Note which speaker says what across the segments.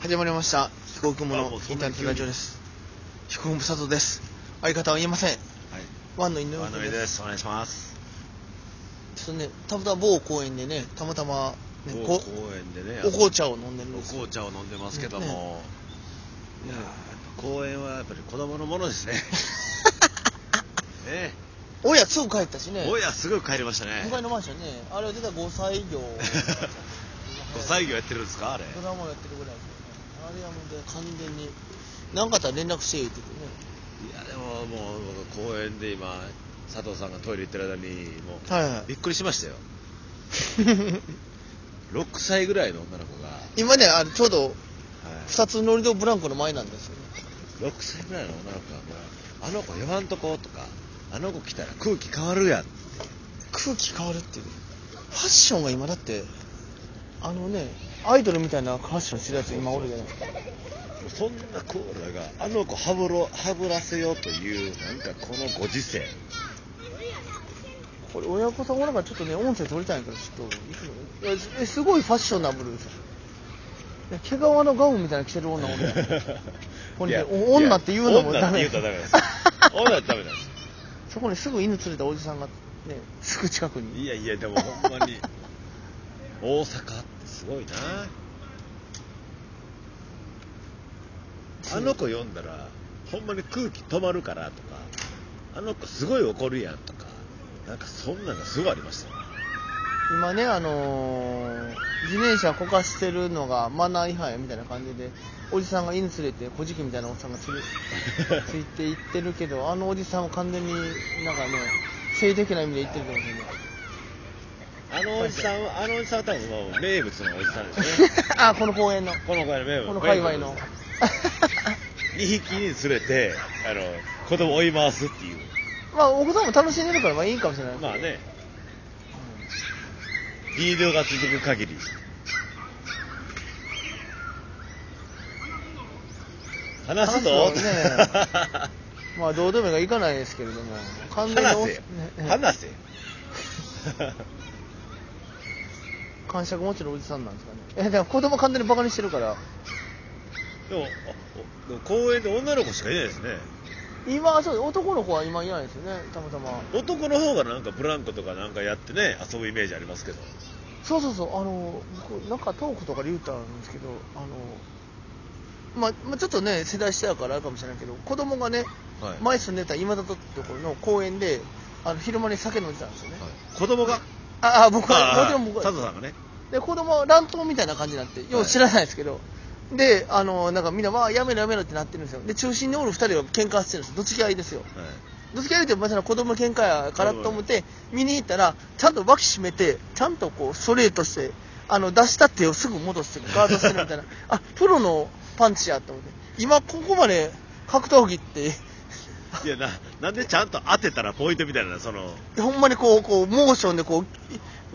Speaker 1: 始まりました飛行雲
Speaker 2: あ
Speaker 1: の
Speaker 2: もうそ
Speaker 1: イン
Speaker 2: ん
Speaker 1: ター
Speaker 2: な
Speaker 1: ネッ
Speaker 2: に
Speaker 1: トラジオです飛行雲佐藤です相方は言えません
Speaker 2: はい。
Speaker 1: ワンの犬
Speaker 2: ワ
Speaker 1: の
Speaker 2: ノ
Speaker 1: で
Speaker 2: ベ
Speaker 1: す
Speaker 2: です。お願いします。
Speaker 1: ちょっとねたまたま某公園でねたまたま、ね、こ
Speaker 2: 某公園でね
Speaker 1: お紅茶を飲んでるん
Speaker 2: お
Speaker 1: です
Speaker 2: 紅茶を飲んでますけども、
Speaker 1: ね
Speaker 2: いやーやっぱ公園はやっぱり子供のもので すね。ね、
Speaker 1: おやすぐ帰ったしね
Speaker 2: おやすごい帰りましたね。
Speaker 1: 向かいのマンションねあれは出たら5歳 業
Speaker 2: ご作業やってるんですかあれ。
Speaker 1: ドラマをやってるぐらいですよねあれはもうね完全に何かあったら連絡して言っててね
Speaker 2: いやでももう僕公園で今佐藤さんがトイレ行ってる間にもう、
Speaker 1: はいはい
Speaker 2: びっくりしましたよ。6歳ぐらいの女の子が、は
Speaker 1: 今ねあれちょうど
Speaker 2: い
Speaker 1: 2つ乗り道ブランコの前なんですよね
Speaker 2: 6歳ぐらいの女の子はもう「あの子呼ばんとこ」とか「あの子来たら空気変わるやん」
Speaker 1: 空気変わるっていうファッションが今だってあのねアイドルみたいなファッションしてるやつ今おるじゃないですか
Speaker 2: そんなコーラがあの子はぶろはぶらせようというなんかこのご時世
Speaker 1: これ親子さんおらんからちょっとね音声取りたいんやけどちょっといつもいやすえすごいファッショナブルですよいや毛皮のガウンみたいなの着てる女おるやん これね
Speaker 2: いや
Speaker 1: お女って言うのも
Speaker 2: いや
Speaker 1: ダメ
Speaker 2: 女って言うとダメな んですよ女ってダメなんですよ
Speaker 1: そこにすぐ犬連れたおじさんがねすぐ近くに
Speaker 2: いやいやでもほんまに大阪ってすごいなあの子読んだらほんまに空気止まるからとかあの子すごい怒るやんとかなんかそんなのすごいありましたよ
Speaker 1: 今ねあのー自転車こかしてるのがマナー違反やみたいな感じでおじさんが犬連れて小じきみたい なおっさんがつるついていってるけどあのおじさんは完全になんかね性的な意味で言ってると思うんですよね
Speaker 2: あのおじさんはあのおじさんは多分もう名物のおじさんで すね
Speaker 1: あこの公園の
Speaker 2: この子の名物
Speaker 1: この界隈 の
Speaker 2: 2匹に連れてあの子供追い回すっていう
Speaker 1: まあお子さんも楽しんでるからまあいいかもしれないですけど
Speaker 2: まあねリードが続く限り 話すぞ
Speaker 1: 話すぞねまあどうでもいいからいかないですけれども完全にお
Speaker 2: 話せよ
Speaker 1: ね
Speaker 2: 話せよ
Speaker 1: 感触持ちのおじさんなんですかねえでも子供完全にバカにしてるから
Speaker 2: でもあおでも公園で女の子しかいないですね
Speaker 1: 今はそうです男の子は今いないですよねたまたま
Speaker 2: 男の方がなんかブランコとかなんかやってね遊ぶイメージありますけど
Speaker 1: そうそうそうあの僕なんかトークとかで言うたんですけどあのまあ、まあ、ちょっとね世代下やからあるかもしれないけど子供がね、
Speaker 2: はい
Speaker 1: 前住んでた今里ってところの公園であの昼間に酒飲んでたんですよね、
Speaker 2: 子供が
Speaker 1: ああ僕は
Speaker 2: あ
Speaker 1: もちろん僕は
Speaker 2: 佐藤さんがね
Speaker 1: で子供は乱闘みたいな感じになってよう知らないですけど、であのなんかみんなわあやめろやめろってなってるんですよで中心におる2人が喧嘩してるんですよどっちがいいですよ
Speaker 2: はい
Speaker 1: どっちか言うてもまさに子供の喧嘩やからと思って見に行ったらちゃんと脇締めてちゃんとこうストレートしてあの出した手をすぐ戻してガードしてるみたいなあプロのパンチやと思って今ここまで格闘技って
Speaker 2: いやななんでちゃんと当てたらポイントみたいな その
Speaker 1: ほんまにこうこうモーションでこう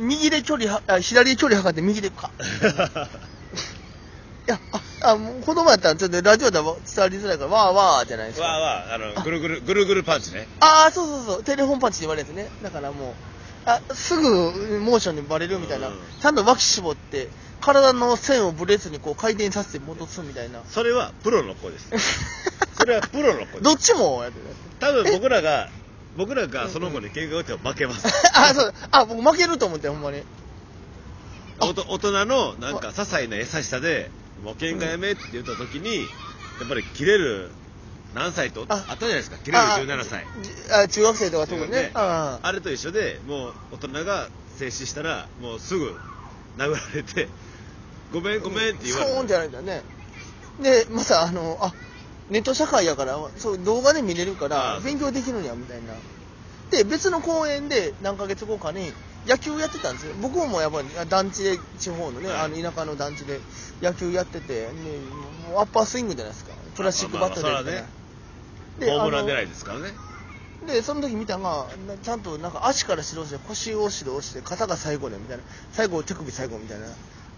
Speaker 1: 右で距離はあ左で距離測って右でカッいやああもう子供やったらちょっとラジオでは伝わりづらいからわーわーじゃないですか
Speaker 2: わあわああのぐるぐるぐるぐるパンチね
Speaker 1: ああそうそうそうテレフォンパンチで言われてねだからもうあすぐモーションでバレるみたいな、
Speaker 2: うん
Speaker 1: ちゃんと脇絞って体の線をぶれずにこう回転させて戻すみたいな
Speaker 2: それはプロの子 ですそれはプロの子で
Speaker 1: ど
Speaker 2: す
Speaker 1: っちもやってるやつ
Speaker 2: 多分僕らが僕らがその子に喧嘩を打っても負け ます
Speaker 1: あそうあ僕負けると思ってほんまに
Speaker 2: おと大人のなんか些細な優しさでもう喧嘩やめって言った時にやっぱり切れる何歳とあ
Speaker 1: あ
Speaker 2: ったじゃないですか切れる17歳
Speaker 1: じあ中学生とか特にね
Speaker 2: ね
Speaker 1: あ
Speaker 2: あれと一緒でもう大人が静止したらもうすぐ殴られてごめんごめんって言われ
Speaker 1: そう
Speaker 2: る
Speaker 1: んじゃないんだねでまさあのあネット社会やからそう動画で見れるから
Speaker 2: あー
Speaker 1: 勉強できるんやみたいなで別の公園で何ヶ月後かに野球やってたんですよ僕もやっぱり団地で地方のね、
Speaker 2: はい
Speaker 1: あの田舎の団地で野球やってて、ね、もうアッパースイングじゃないですかプラスチックバットでみたいな、
Speaker 2: まあまあ
Speaker 1: で
Speaker 2: ホームラン
Speaker 1: あの
Speaker 2: 狙いですからね
Speaker 1: でその時見たのがなちゃんとなんか足から指導して腰を指導して肩が最後でみたいな最後手首最後みたいな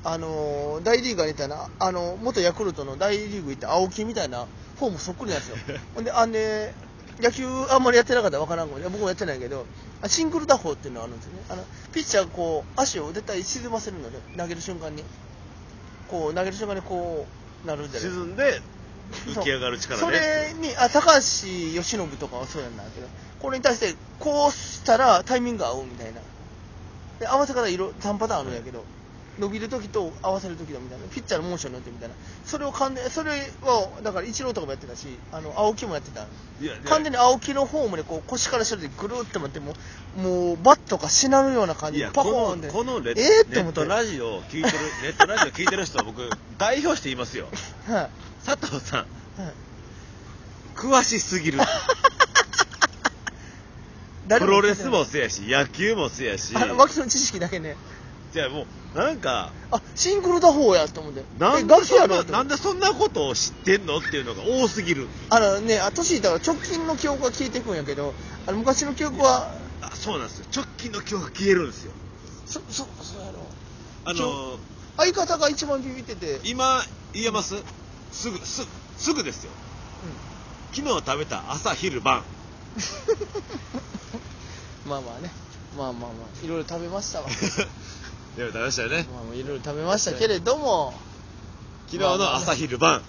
Speaker 1: あのー大リーガーみたいなあの元ヤクルトの大リーグ行った青木みたいなフォームそっくりなんです よほんであんね野球あんまりやってなかったら分からんけど僕もやってないけどあシングル打法っていうのがあるんですよねあのピッチャーがこう足を絶対沈ませるので投げる瞬間にこう投げる瞬間にこうなるんじゃない
Speaker 2: 沈んで浮き上がる力で
Speaker 1: そうそれにあ高橋由伸とかはそうやんなけどこれに対してこうしたらタイミングが合うみたいなで合わせ方色3パターンあるんやけど、伸びる時と合わせる時だみたいなピッチャーのモーションによってみたいなそれを完全それはだからイチローとかもやってたしあの青木もやってた
Speaker 2: いやいや
Speaker 1: 完全に青木のフォームでこう腰から下でぐるーって回ってもうもうバットがしなるような感
Speaker 2: い
Speaker 1: じで
Speaker 2: や
Speaker 1: パコー
Speaker 2: こ
Speaker 1: ンで
Speaker 2: のこのレッ,、
Speaker 1: えーっ
Speaker 2: ネ
Speaker 1: と思
Speaker 2: ッ
Speaker 1: って
Speaker 2: トラジオを聞い てるネットラジオ聞いてる人は僕代表して言いますよ
Speaker 1: オはい、
Speaker 2: 佐藤さん
Speaker 1: はい
Speaker 2: 詳し すぎるプ
Speaker 1: 誰も
Speaker 2: ロ
Speaker 1: 聞いてな
Speaker 2: レ
Speaker 1: い
Speaker 2: スもせやし野球もせやし
Speaker 1: あの脇の知識だけね
Speaker 2: じゃあもうなんか
Speaker 1: あシンクロ打法やと思って
Speaker 2: な
Speaker 1: え
Speaker 2: んで
Speaker 1: ガキ
Speaker 2: そ
Speaker 1: や
Speaker 2: んな
Speaker 1: ろと
Speaker 2: な
Speaker 1: 思っ
Speaker 2: ん
Speaker 1: て
Speaker 2: でそんなことを知ってんのっていうのが多すぎる
Speaker 1: あのねあ年いたら直近の記憶が消えていくんやけどあの昔の記憶は
Speaker 2: あそうなんですよ直近の記憶が消えるんですよ
Speaker 1: そそそうやろ
Speaker 2: あ
Speaker 1: ち
Speaker 2: の
Speaker 1: ょ相方が一番ビビってて、うん、
Speaker 2: 今言えますすぐすすぐですよ昨日食べた朝昼晩
Speaker 1: まあまあねまあまあまあいろいろ食べましたわ
Speaker 2: でも食べましたよね
Speaker 1: まあまあいろいろ食べましたけれども
Speaker 2: 昨日の朝昼晩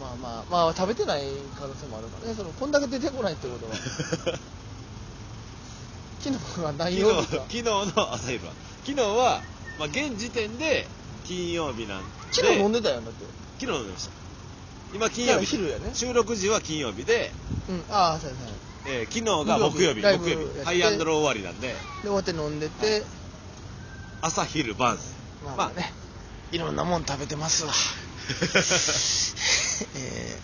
Speaker 1: まあまあまあ食べてない可能性もあるからねそのこんだけ出てこないって ことは 昨日は
Speaker 2: 昨
Speaker 1: 何
Speaker 2: 日
Speaker 1: 曜日
Speaker 2: 昨
Speaker 1: か
Speaker 2: 日の朝昼晩昨日は、まあ、現時点で金曜日なんで
Speaker 1: 昨日飲んでたよだって
Speaker 2: 昨日飲んでました今金曜日
Speaker 1: 昼やね
Speaker 2: 収録時は金曜日で、
Speaker 1: うんああそうやそうや
Speaker 2: えー昨日が木曜日
Speaker 1: 木曜日
Speaker 2: 木曜
Speaker 1: ライブやっ
Speaker 2: 日
Speaker 1: て
Speaker 2: ハイアンドロー終わりなんで
Speaker 1: で終わって飲んでて、
Speaker 2: 朝昼晩です
Speaker 1: まあまあね、いろんなもん食べてますわ え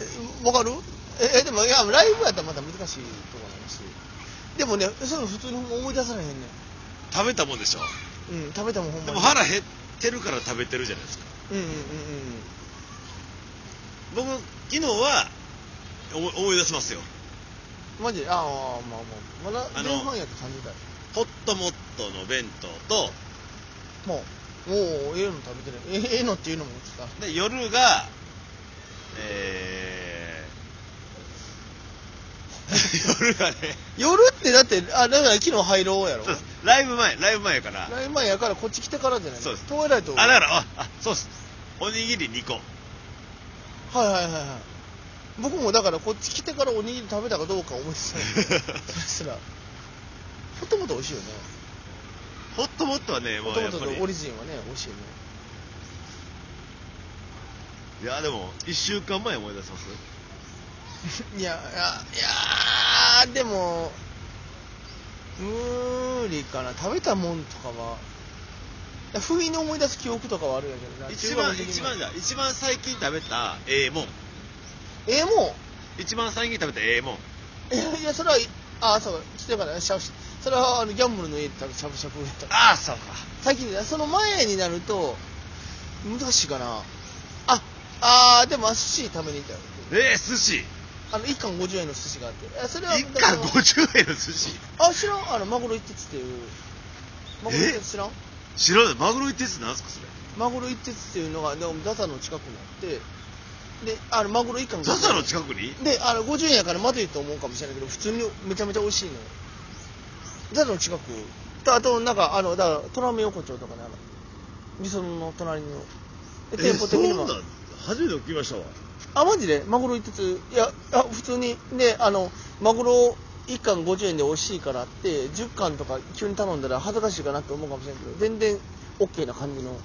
Speaker 1: ーえわかるええでもいやライブやったらまた難しいところなんしでもねその普通のほんま思い出されへんね
Speaker 2: 食べたもんでしょ
Speaker 1: んうん食べたもんほんまに
Speaker 2: でも腹減ってるから食べてるじゃないですか
Speaker 1: うんうんうん
Speaker 2: 僕昨日は思い思い出しますよ
Speaker 1: うんマジでああまあまあまだ
Speaker 2: あの
Speaker 1: 前半やって感じた
Speaker 2: ホットモットの弁当と
Speaker 1: もうおおええの食べてるええええのっていうのもちょっと
Speaker 2: で夜がえー 夜がね
Speaker 1: 夜ってだってあだから昨日入ろうやろ
Speaker 2: そうですライブ前ライブ前やから
Speaker 1: ライブ前やからこっち来てからじゃない
Speaker 2: そうです
Speaker 1: トワイライト
Speaker 2: あだからああそうっすおにぎり2個
Speaker 1: はいはいはいはい僕もだからこっち来てからおにぎり食べたかどうか 思ってたよそしたらほともと美味しいよね
Speaker 2: ホットモットはねも
Speaker 1: ほ
Speaker 2: う
Speaker 1: と
Speaker 2: や
Speaker 1: も
Speaker 2: っぱ
Speaker 1: と
Speaker 2: り
Speaker 1: のオリジンはね美味しいよね
Speaker 2: いやでも1週間前思い出します
Speaker 1: いやいやいやーでも無理かな食べたもんとかはいや不意に思い出す記憶とかはあるんやけどな
Speaker 2: 一番
Speaker 1: 中学の時に
Speaker 2: 一番じゃ一番最近食べたええもん
Speaker 1: ええも
Speaker 2: 一番最近食べたええもん
Speaker 1: う いやいやそれはいあそう来てからねしゃぶしそれはあのギャンブルの家で食べしゃぶしゃぶやった
Speaker 2: ああそうか
Speaker 1: さっきでその前になると難しいかなああーでも寿司食べに行ったよ
Speaker 2: ええ寿司
Speaker 1: あの1貫50円の寿司があってえそれは
Speaker 2: 1貫50円の寿司
Speaker 1: あ知らんあのマグロ一徹っていうマグロ一徹知らん
Speaker 2: 知らないマグロいってやつなんすかそれ
Speaker 1: マグロ一徹っていうのがでもザザの近くにあってであのマグロ1貫50円
Speaker 2: ザザの近くに
Speaker 1: であの50円やからまずいと思うかもしれないけど普通にめちゃめちゃ美味しいのよザザの近くとあとなんかあのだから虎目横丁とかねあの味噌の隣ので店舗的にも
Speaker 2: えそうなん初めて聞きましたわ
Speaker 1: あマジでマグロ一ついやあ普通にであのマグロ1貫50円で美味しいからって10貫とか急に頼んだら恥ずかしいかなって思うかもしれないけど全然 OK な感じの、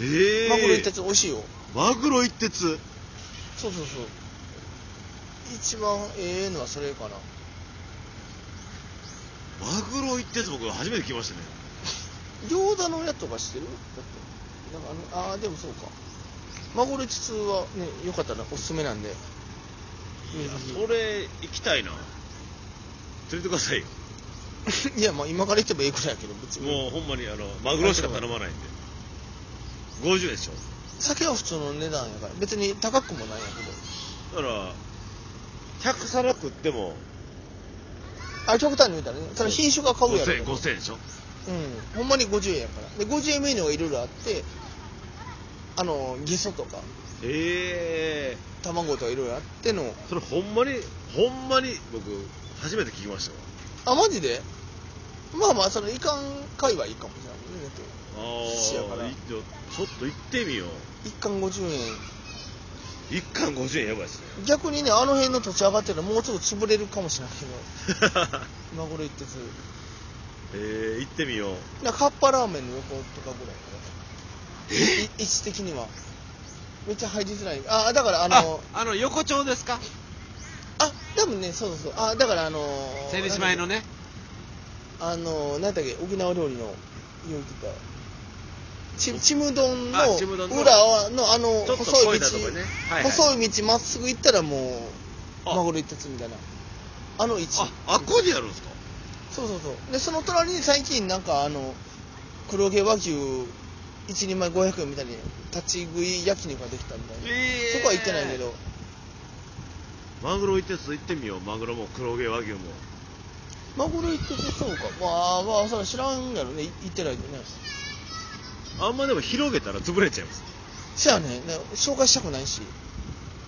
Speaker 2: ええ
Speaker 1: マグロ一つ美味しいよ
Speaker 2: マグロ一徹
Speaker 1: そうそうそう一番ええのはそれかな
Speaker 2: マグロ一徹僕初めて聞きましたね
Speaker 1: 餃子のやつとかしてるだってなんかあのあーでもそうかマグロ一つはねよかったらおすすめなんで
Speaker 2: いや
Speaker 1: 水着
Speaker 2: それ行きたいな連れてくださいよ
Speaker 1: いやまあ今から行ってもええくらいやけど別に
Speaker 2: もうほんまにあのマグロしか頼まないんで50円でしょ
Speaker 1: 酒は普通の値段やから別に高くもないんやけど
Speaker 2: だから100皿食っても
Speaker 1: あ極端に言うたらねそれ品種が買うやろ
Speaker 2: 5000円5000円でしょ
Speaker 1: うんほんまに50円やからで50円メニューがいろいろあってあのゲソとか
Speaker 2: ええ
Speaker 1: 卵とかいろいろあっての
Speaker 2: それほんまにほんまに僕初めて聞きました
Speaker 1: あ
Speaker 2: わ
Speaker 1: マジでまあまあそのいかん界隈いいかもしれないね
Speaker 2: あー
Speaker 1: 寿話やから
Speaker 2: いちょっと行ってみよう
Speaker 1: 一貫50円
Speaker 2: 一貫50円やばいっ すね
Speaker 1: 逆にねあの辺の土地上がってるのもうちょっと潰れるかもしれないけど今頃言ってず
Speaker 2: えー、行ってみよう
Speaker 1: なカッパラーメンの横とかぐらいい位置的にはめっちゃ入りづらいあだからあの
Speaker 3: ああの横丁ですか
Speaker 1: あ多分ねそうそうそうあだからあのー
Speaker 3: 千里島へのね
Speaker 1: あの何だっけ沖縄料理の言うてたちちむどんの
Speaker 3: あちむどんの
Speaker 1: 裏はのあの
Speaker 2: ちょっと
Speaker 1: 細い
Speaker 2: 越えた
Speaker 1: 道、
Speaker 2: とこねはいはい
Speaker 1: 細い道まっすぐ行ったらもう
Speaker 2: あ
Speaker 1: マグロ一つみたいなあの位置
Speaker 2: ああっこにあるんですか
Speaker 1: そうそうそうでその隣に最近なんかあの黒毛和牛一人前500円みたいに立ち食い焼肉ができたみたいな、
Speaker 2: え
Speaker 1: そ
Speaker 2: ー
Speaker 1: こは行ってないけど
Speaker 2: マグロ行ってつ行ってみようマグロも黒毛和牛も
Speaker 1: マグロ一つそうかまあまあそれ知らんやろねい行ってないけどね
Speaker 2: あんまでも広げたら潰れちゃいます
Speaker 1: せやねね紹介したくないし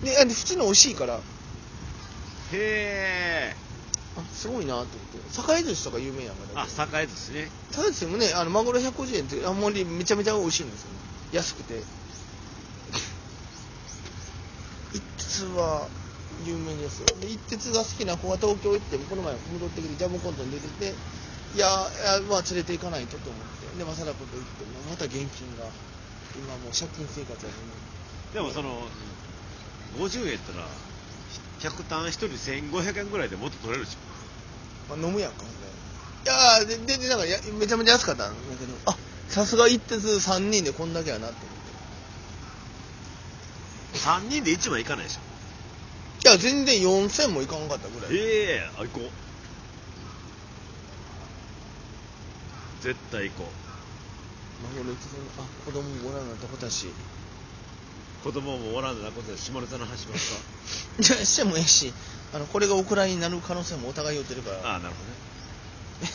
Speaker 1: であで普通に美味しいから
Speaker 2: へえ
Speaker 1: あすごいなと思って堺寿司とか有名やから
Speaker 2: あ栄寿司ね
Speaker 1: 堺寿司もねあのマグロ150円ってあんまりめちゃめちゃ美味しいんですよ、ね、安くて一徹は有名ですよで一徹が好きな子が東京行ってもこの前戻ってきてジャムコントに出てていやいやまあ連れて行かないとと思ってで政子と行ってもまた現金が今もう借金生活やね
Speaker 2: でもその50円やったら客単1人1500円ぐらいでもっと取れるし
Speaker 1: まあ、飲むやんかほんでいやーでででなんかやめちゃめちゃ安かったんだけどあさすが一徹3人でこんだけやなって思って
Speaker 2: 3人で1枚いかないでしょ
Speaker 1: いや全然4000もいかんかったぐらい
Speaker 2: ええあ行こう絶対行こ
Speaker 1: 孫の一途のあ子供もおらんなったことだしいう
Speaker 2: 子供もおらんなことで下ネタの話もさ
Speaker 1: やしてもええしあのこれがオクラになる可能性もお互い言ってるから
Speaker 2: ああなるほどね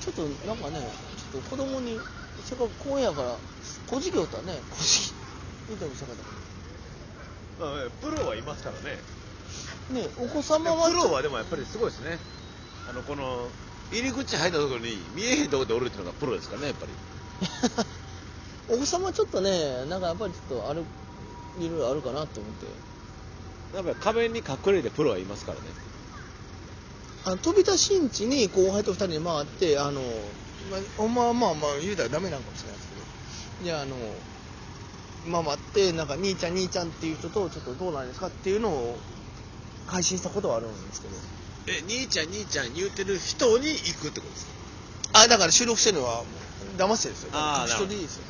Speaker 1: ちょっとなんかねちょっと子供にせっかく公園やから小事業とはね小事業インタビューしたかったか
Speaker 2: まあプロはいますからね
Speaker 1: らねお子様は
Speaker 2: プロはでもやっぱりすごいですねあのこの入り口入ったところに見えへんところで降りるっていうのがプロですからねやっぱり
Speaker 1: お子様ちょっとねなんかやっぱりちょっとあるいろいろあるかなと思って
Speaker 2: やっぱり壁に隠れてプロはいますからね
Speaker 1: あの飛び出しんちに後輩と二人で回ってあのまあほんまはまあまあ言うたらダメなんかもしれないですけどじゃああの回ってなんか兄ちゃん兄ちゃんっていう人とちょっとどうなんですかっていうのを配信したことはあるんですけど
Speaker 2: え兄ちゃん兄ちゃん言うてる人に行くってことですか
Speaker 1: あだから収録してるのは騙してるんですよ
Speaker 2: あ
Speaker 1: 隠
Speaker 2: ー
Speaker 1: し撮りですよ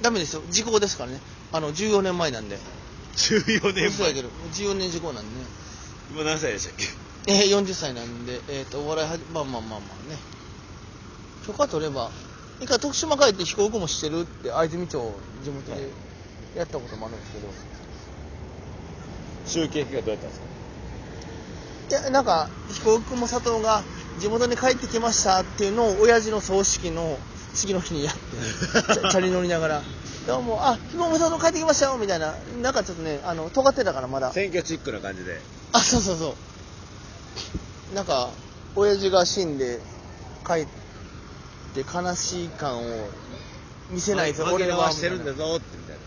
Speaker 1: ダメですよ時効ですからねあの14年前なんで
Speaker 2: 14年
Speaker 1: 嘘やけ
Speaker 2: 前
Speaker 1: ど14年時効なんでね
Speaker 2: 今何歳でしたっけ
Speaker 1: えー、40歳なんで、えっとお笑いはじまあまあまあまあね許可取れば一回徳島帰って飛行機もしてるって会津美町地元でやったこともあるんですけど
Speaker 2: 集計がどうやったんですか
Speaker 1: いやなんか飛行機も佐藤が地元に帰ってきましたっていうのを親父の葬式の次の日にやってチャチャリ乗りながら「どうもあ飛行機佐藤帰ってきましたよ」みたいななんかちょっとねあの尖ってたからまだ
Speaker 2: 選挙チックな感じで
Speaker 1: あそうそうそうなんか親父が死んで帰って悲しい感を見せないぞ
Speaker 2: 紛
Speaker 1: 俺
Speaker 2: ら
Speaker 1: は
Speaker 2: わしてるんだぞってみたいな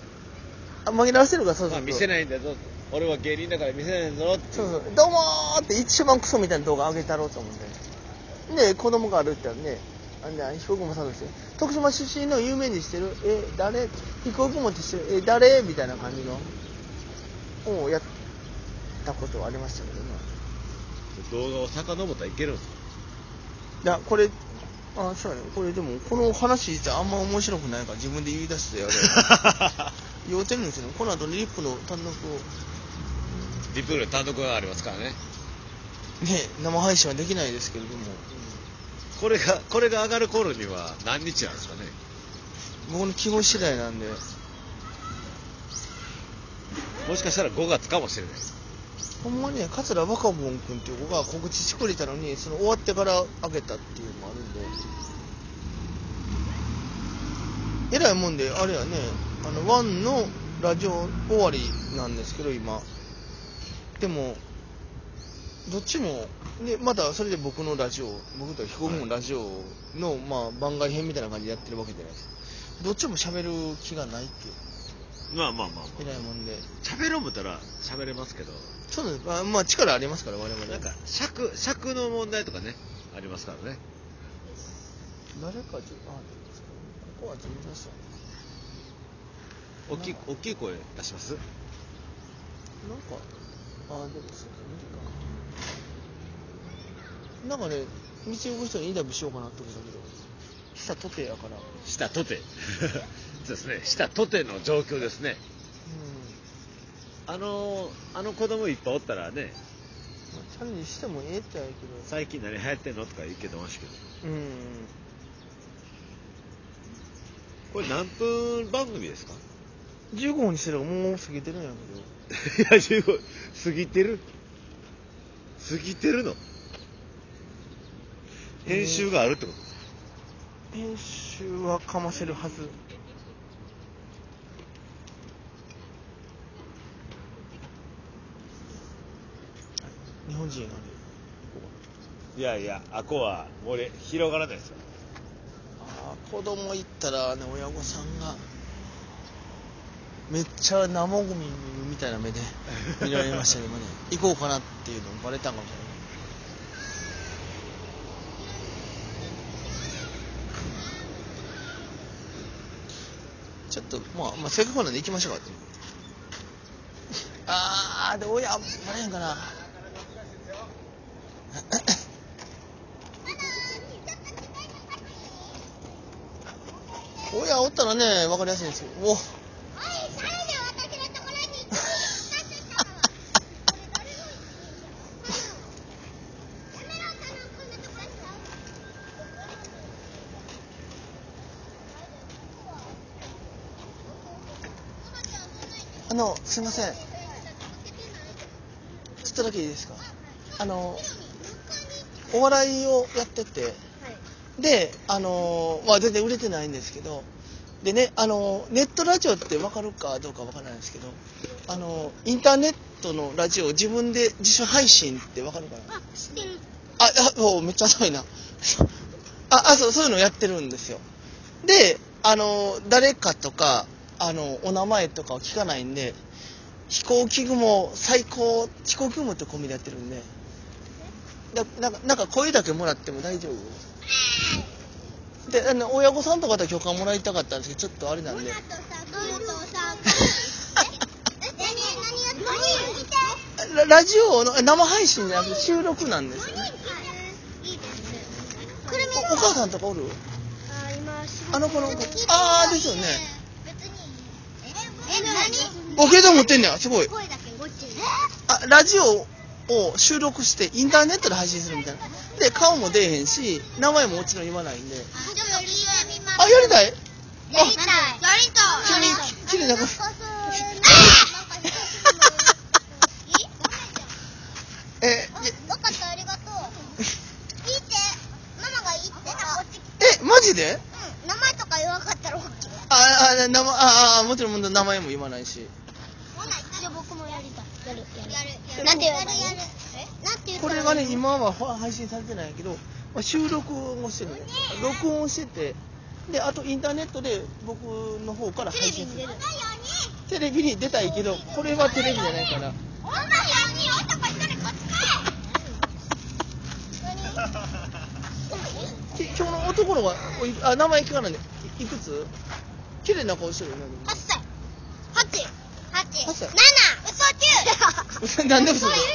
Speaker 1: あ紛らわしてるからそうそうそ
Speaker 2: まあ
Speaker 1: う
Speaker 2: 見せないんだぞ俺は芸人だから見せないんだぞって
Speaker 1: そうそうどうもーって一番クソみたいな動画上げたろうと思うんでで子供が歩いてたんであんな彦雲さんですよ徳島出身の有名人してるえ誰彦雲ってしてるえ誰みたいな感じのをやったことはありましたけどね
Speaker 2: 動画を遡ったらいけるんですか
Speaker 1: いやこれあそうやねこれでもこの話自体あんま面白くないから自分で言い出してやる 言うてるんですけどこの後にリップの単独を
Speaker 2: リプール単独がありますからね
Speaker 1: ね生配信はできないですけれども
Speaker 2: これがこれが上がる頃には何日なんですかね
Speaker 1: 僕の希望次第なんで
Speaker 2: もしかしたら5月かもしれないです
Speaker 1: ほんまにね桂若門君っていう子が告知してくれたのにその終わってからあげたっていうのもあるんでえらいもんであれやねあのワンのラジオ終わりなんですけど今でもどっちもでまたそれで僕のラジオ僕と彦君のラジオの、まあ、番外編みたいな感じでやってるわけじゃないですどっちも喋る気がないっていう
Speaker 2: まあまあまあ
Speaker 1: え
Speaker 2: ま
Speaker 1: ら
Speaker 2: あ
Speaker 1: いもんで
Speaker 2: 喋ろう思ったら喋れますけど
Speaker 1: そうですまあ、まあ、力ありますから我々
Speaker 2: なんか尺尺の問題とかねありますからね
Speaker 1: 誰かじゅあここは全然そう
Speaker 2: 大きい大きい声出します
Speaker 1: なんかあでもそうだ無理かなんかね道行く人にインタビューしようかなって思ったけどしたとてやからうん
Speaker 2: したとて そうですねしたとての状況ですねあのあの子供いっぱいおったらね
Speaker 1: まあチャレンジしてもええってやけど
Speaker 2: 最近何流行ってんのとか言ってましたけど
Speaker 1: うん
Speaker 2: これ何分番組ですか
Speaker 1: 15分にしてるからもう過ぎてるんやけど
Speaker 2: いや15過ぎてる過ぎてるの編集があるってことですか
Speaker 1: 編集はかませるはず日本人なんで
Speaker 2: いやいやあこは漏れ広がらないですよ
Speaker 1: ああ子供行ったらね親御さんがめっちゃ生ゴミみたいな目で見られました けどね行こうかなっていうのバレたんかもしれないちょっとまあ、まあ、せっかくなんで行きましょうかって ああで親バレへんかな 親おったらね分かりやすいんですけどお
Speaker 4: おい誰で私のところに行ったのよ
Speaker 1: あのすいませんちょっとだけいいですかあのお笑いをやっててであのまあ全然売れてないんですけどでねあのネットラジオって分かるかどうか分からないんですけどあのインターネットのラジオを自分で自主配信って分かるかな
Speaker 4: あ知ってる
Speaker 1: あ、あ、もうめっちゃ浅いな。 あ、あ、そう、そういうのやってるんですよ。で、あの、誰かとか、あの、お名前とかは聞かないんで、飛行機雲最高、飛行機雲ってコンビでやってるんで、だなんか、なんか声だけもらっても大丈夫で、あの、親御さんとかとは許可もらいたかったんですけど、ちょっとあれなんで
Speaker 4: モナ。とさグーとさグーえ何何やってる
Speaker 1: ララジオの、え生配信じゃなくて収録なんですよね。
Speaker 4: いいですねくるみ
Speaker 1: おお母さんとかおる
Speaker 4: あー今仕
Speaker 1: あの子の
Speaker 4: ちょっと聞いて
Speaker 1: あーですよね
Speaker 4: 別にええ何
Speaker 1: あ、携帯持ってんねや、すごい。
Speaker 4: 声だけごっちゅう
Speaker 1: あラジオを収録してインターネットで配信するみたいなで顔も出えへんし名前ももちろん言わないんで
Speaker 4: あちょっと聞いてみます
Speaker 1: あやりたい
Speaker 4: やりたいやりたい
Speaker 1: 急に急になんか ええ
Speaker 4: ありがとう聞いてママがいいってこっち来て
Speaker 1: えマジで
Speaker 4: うん名前とか言わなかったら OK
Speaker 1: ああ名前ああもちろん名前も言わないし
Speaker 4: じゃあ僕もやりたいやるやるやるなんて言うのやるなんて言う
Speaker 1: こ
Speaker 4: の
Speaker 1: れがね今はほ配信されてないけど、まあ、収録をしてるね録音しててであとインターネットで僕の方から配信するテレビに出たいけどこれはテレビじゃないから
Speaker 4: 女4人男1人こっちか
Speaker 1: き
Speaker 4: い
Speaker 1: 今日の男の子はおいあ名前聞かないんでいいくつ綺麗な顔してるよね
Speaker 4: 八歳八八
Speaker 1: 八歳
Speaker 4: 七嘘九
Speaker 1: 嘘なんで嘘だ
Speaker 4: そう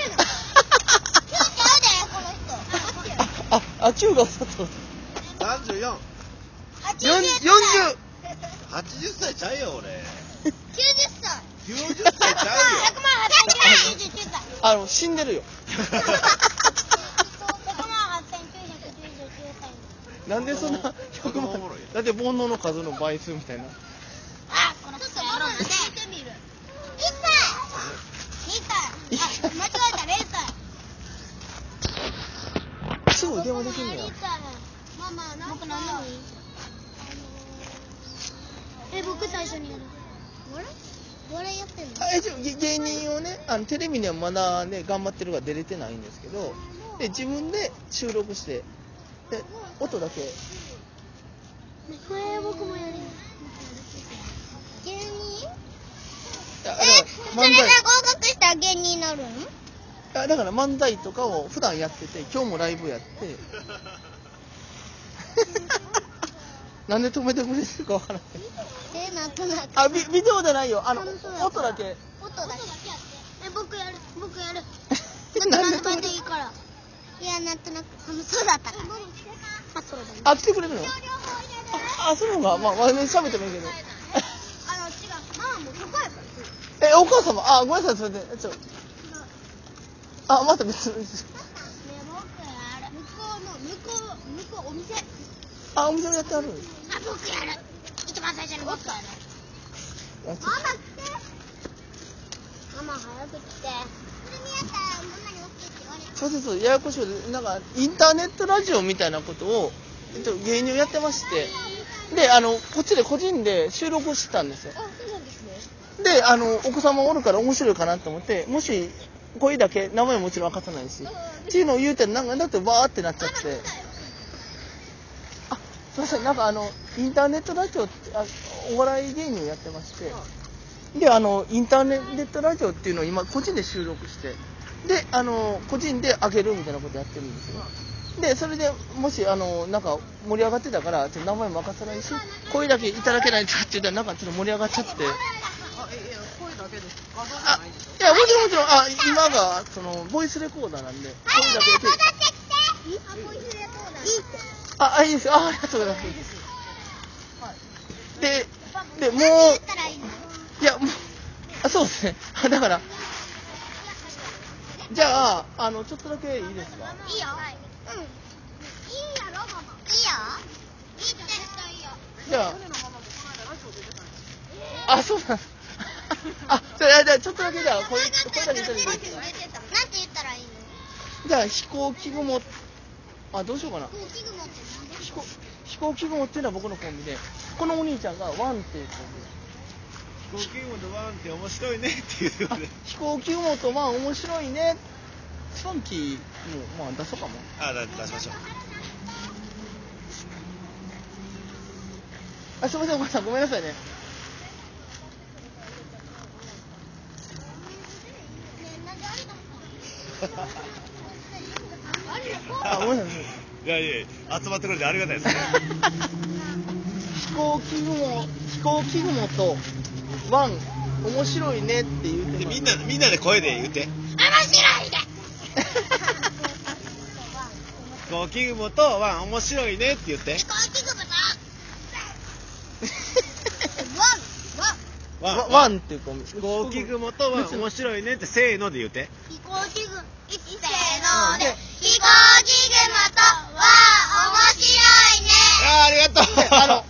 Speaker 4: 言うの九ちゃうでこの人
Speaker 1: あああ中が嘘と
Speaker 2: 3480
Speaker 4: 八
Speaker 1: 四40
Speaker 2: 歳ちゃうよ俺
Speaker 4: 九十歳
Speaker 2: 90
Speaker 1: 歳
Speaker 2: 歳ちゃうよ
Speaker 4: 百万八千九百九十歳
Speaker 1: あの死んでるよ
Speaker 4: 百万八千九百九十九歳
Speaker 1: なんでそんな
Speaker 2: 子
Speaker 1: 100
Speaker 2: 供お
Speaker 1: 万
Speaker 2: もろい
Speaker 1: だって煩悩の数の倍数みたいな
Speaker 4: あこれちょっとママ聞いてみる一歳二歳あ間違えた零歳
Speaker 1: すぐ電話できるんだよ
Speaker 4: ママなんか僕何でもいいえ僕最初にやるボレボレやってんの
Speaker 1: あえじゃあげ芸人をねあのテレビにはまだね頑張ってるから出れてないんですけどで自分で収録してで音だけ
Speaker 4: え僕もやるそれが合格したら芸人になるの
Speaker 1: あだから漫才とかを普段やってて今日もライブやって なんで止めてくれてるかわからない
Speaker 4: えなんとなく
Speaker 1: あビビデオじゃないよあの
Speaker 4: 楽しそうやった
Speaker 1: 音だけ
Speaker 4: 音だけえ僕やる僕やる
Speaker 1: なんで止めて
Speaker 4: いいからいやなんとなく楽しそうだったからあそうだね
Speaker 1: あ来てくれるの
Speaker 4: 両方入れる
Speaker 1: ああそうなのかまあ真面目に喋ってもいいけど
Speaker 4: あの違うママもそこやから
Speaker 1: えお母様あごめんなさいそれでちょあまた別に
Speaker 4: ね僕やる向こうの向こう向こうお店あ
Speaker 1: あお店でやってある
Speaker 4: 僕やる一番最初に僕やる
Speaker 1: あ
Speaker 4: ママ来て
Speaker 1: ちょ
Speaker 4: ママ早く来てそれ見やったらママに OK って言われ
Speaker 1: そうそうそうややこしいことでなんかインターネットラジオみたいなことを、えっと、芸人をやってましてであのこっちで個人で収録してたんですよ
Speaker 4: あそうなんですね
Speaker 1: であのお子様おるから面白いかなと思ってもし声だけ名前もちろん明かさないしっていうのを言うてなんかだってわーってなっちゃってあすいませんなんかあのインターネットラジオってあお笑い芸人をやってましてであのインターネットラジオっていうのを今個人で収録してであの個人で上げるみたいなことやってるんですよでそれでもしあのなんか盛り上がってたからちょっと名前も明かさないし声だけいただけないとって言ったらなんかちょっと盛り上がっちゃって。あいや、もちろんもちろん、あ、今が、その、ボイスレコーダーなんで、声
Speaker 4: 早く
Speaker 1: だけ
Speaker 4: 戻っ
Speaker 1: で
Speaker 4: てきてあこいつでどうだいいって
Speaker 1: あ、あ、いいですよ、あ、ありがとうございます。で、で、もう、
Speaker 4: 何言ったらいいの
Speaker 1: いや、もう、あ、そうですね、 あだから、じゃあ、あの、ちょっとだけいいですか。
Speaker 4: いいようんいいやろママいいよいいって絶対いいよ
Speaker 1: じゃあ、あ、そうなんです。 あ、じゃあ、じゃあちょっとだけ、じゃあ、これ、これだけいただいていいですか。
Speaker 4: なんて言ったらいいの
Speaker 1: じゃあ、飛行機雲、あ、どうしようかな。
Speaker 4: 飛行機雲って何で
Speaker 1: 飛行飛行機雲っていうのは僕のコンビでこのお兄ちゃんがワンっていうコ
Speaker 2: ご機嫌とワンって面白いねっていう
Speaker 1: ンビであ飛行機雲とワン面白いねスパンキーもまあ出そうかも
Speaker 2: あだ出しましょう
Speaker 1: あすいませんお母さんごめんなさいねあごめんなさい
Speaker 2: いやいや集まってくれてありがたいですね
Speaker 1: 飛行機雲飛行機雲とワン面白いねって言うて
Speaker 2: で
Speaker 1: ま
Speaker 2: み
Speaker 1: す
Speaker 2: んなみんなで声で言ってご機嫌とワン面白いねって言って
Speaker 1: ワ
Speaker 2: ワン
Speaker 1: ワンっていうコンビ
Speaker 2: 飛行機雲とワン面白いねってせーので言ってあーありがとう
Speaker 1: あの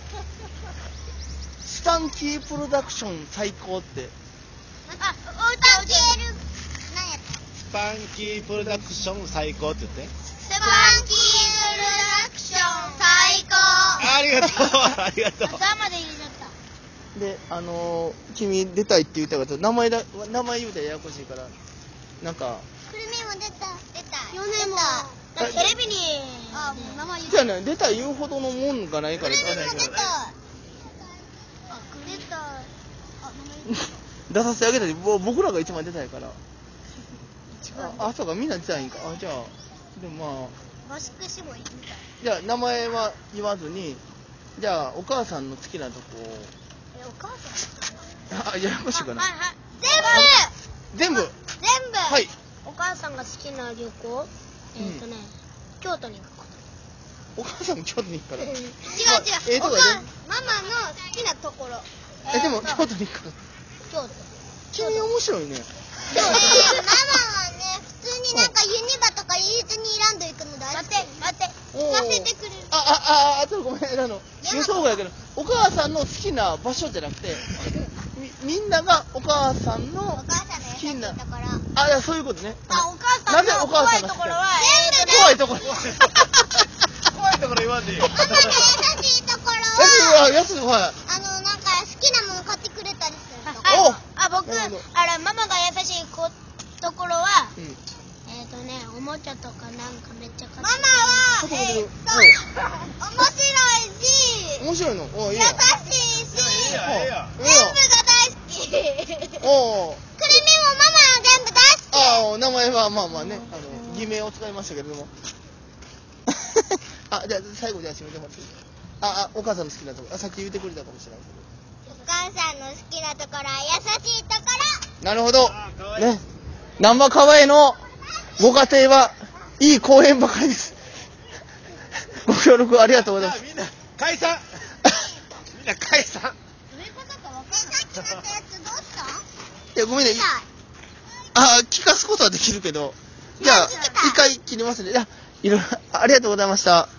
Speaker 1: スタンキープロダクション最高って
Speaker 2: スパンキープロダクション最高って言ってありがとうありがとう
Speaker 1: であのー君出たいって言ったから名前だ名前言うたらややこしいからなんか
Speaker 4: テレビにあもう名前言っ
Speaker 1: じゃあね出た言うほどのもんがないから
Speaker 4: 出た
Speaker 1: 出
Speaker 4: 出たあ出たあ名前
Speaker 1: 出させてあげたりぼ僕らが一番出たいからああそうかみんな出たいんかあじゃあでもまあ
Speaker 4: マスクシもいるみたい
Speaker 1: じゃあ名前は言わずにじゃあお母さんの好きなとこ
Speaker 4: えお母さん
Speaker 1: をあややこしいかな
Speaker 4: あはいはい全
Speaker 1: 全部
Speaker 4: 部全部
Speaker 1: はい
Speaker 4: お母さんが好きな旅行えっ、とね、京都に行くこと
Speaker 1: お母さんも京都に行くから
Speaker 4: 違う違う、
Speaker 1: ええと
Speaker 4: お
Speaker 1: こ
Speaker 4: 母
Speaker 1: や
Speaker 4: さ
Speaker 1: で
Speaker 4: んママの好きなところ
Speaker 1: えでも
Speaker 4: ー
Speaker 1: 京
Speaker 4: と
Speaker 1: 都に行くから
Speaker 4: 京都
Speaker 1: 急に面白いね
Speaker 4: でもねママはね普通になんかユニバとかユニズニーランド行くの大好き待って待っ
Speaker 1: おー
Speaker 4: て聞かせてくれる
Speaker 1: ああああちょっとごめんあの予想外やけどお母さんの好きな場所じゃなくてみみんながお母さん
Speaker 4: お
Speaker 1: の
Speaker 4: 母さんの優しいところ
Speaker 1: あいやそういうことね
Speaker 4: あお母さん
Speaker 1: な
Speaker 4: の
Speaker 1: ぜお母さんが好きなの怖いところ
Speaker 2: 怖いところ言わんでいいよ
Speaker 4: ママの優しいところは
Speaker 1: 安い安いは
Speaker 4: あのなんか好きなもの買ってくれたりすると
Speaker 1: お
Speaker 5: あ僕
Speaker 1: なるほど、
Speaker 5: あらママが優しいこところはい
Speaker 1: うん、
Speaker 5: えっ、とねおもちゃとかなんかめっちゃ買
Speaker 4: マ
Speaker 5: っ
Speaker 4: マ
Speaker 5: て
Speaker 1: そう
Speaker 4: はえーっと面白いし
Speaker 1: 面白いのおいいや
Speaker 4: 優しいし
Speaker 2: いいよいいよ
Speaker 4: 全部が大好きクレミ
Speaker 1: おお
Speaker 4: は
Speaker 1: あまあまあね、あの偽名を使いましたけれども。 あじゃあ最後じゃあ締めてもらっていいああお母さんの好きなところあさっき言ってくれたかもしれないけ
Speaker 4: お母さんの好きなところは優しいとこ
Speaker 1: ど。なるほど
Speaker 2: あーかわ。いい
Speaker 1: ね。難波川へのご家庭はいい公園ばかりです。ご協力ありがとうございます。
Speaker 2: みんな 解散 みんな解散
Speaker 4: ろどういうことかわかんないさっき買ったやつどうした
Speaker 1: い や、ごめんね。いあ、聞かすことはできるけど。じゃあ、一回切りますね。いや、いろいろ、ありがとうございました。